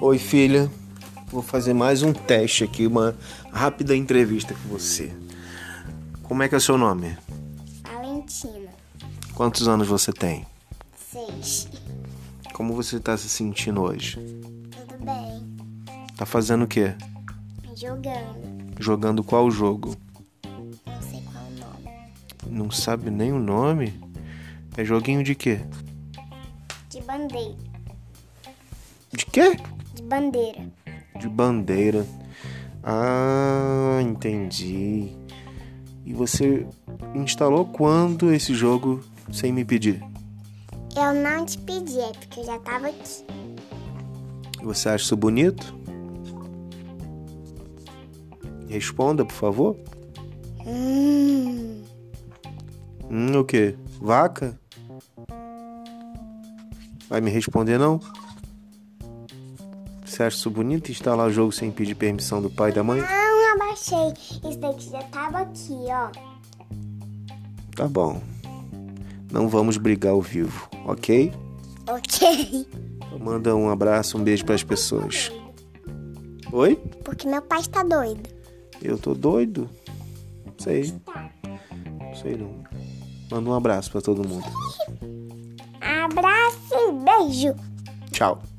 Oi, filha. Vou fazer mais um teste aqui, uma rápida entrevista com você. Como é que é o seu nome? Valentina, Quantos anos você tem? 6. Como você tá se sentindo hoje? Tudo bem? Tá fazendo o quê? Jogando. Jogando qual jogo? Não sei qual o nome. Não sabe nem o nome? É joguinho de quê? De bandeira. De quê? De bandeira. De bandeira. Ah, entendi. E você instalou quando esse jogo sem me pedir? Eu não te pedi, é porque eu já tava aqui. Você acha isso bonito? Responda, por favor. Hum. Hum, o quê? Vaca? Vai me responder não? Você acha isso bonito instalar jogo sem pedir permissão do pai e da mãe? Não, Ah, abaixei. Isso daqui já tava aqui, ó. Tá bom. Não vamos brigar ao vivo, ok? Ok. Manda um abraço, um beijo pras pessoas. Oi? Porque meu pai está doido. Eu tô doido? Sei. Tá. Sei não. Manda um abraço pra todo mundo. Abraço e beijo. Tchau.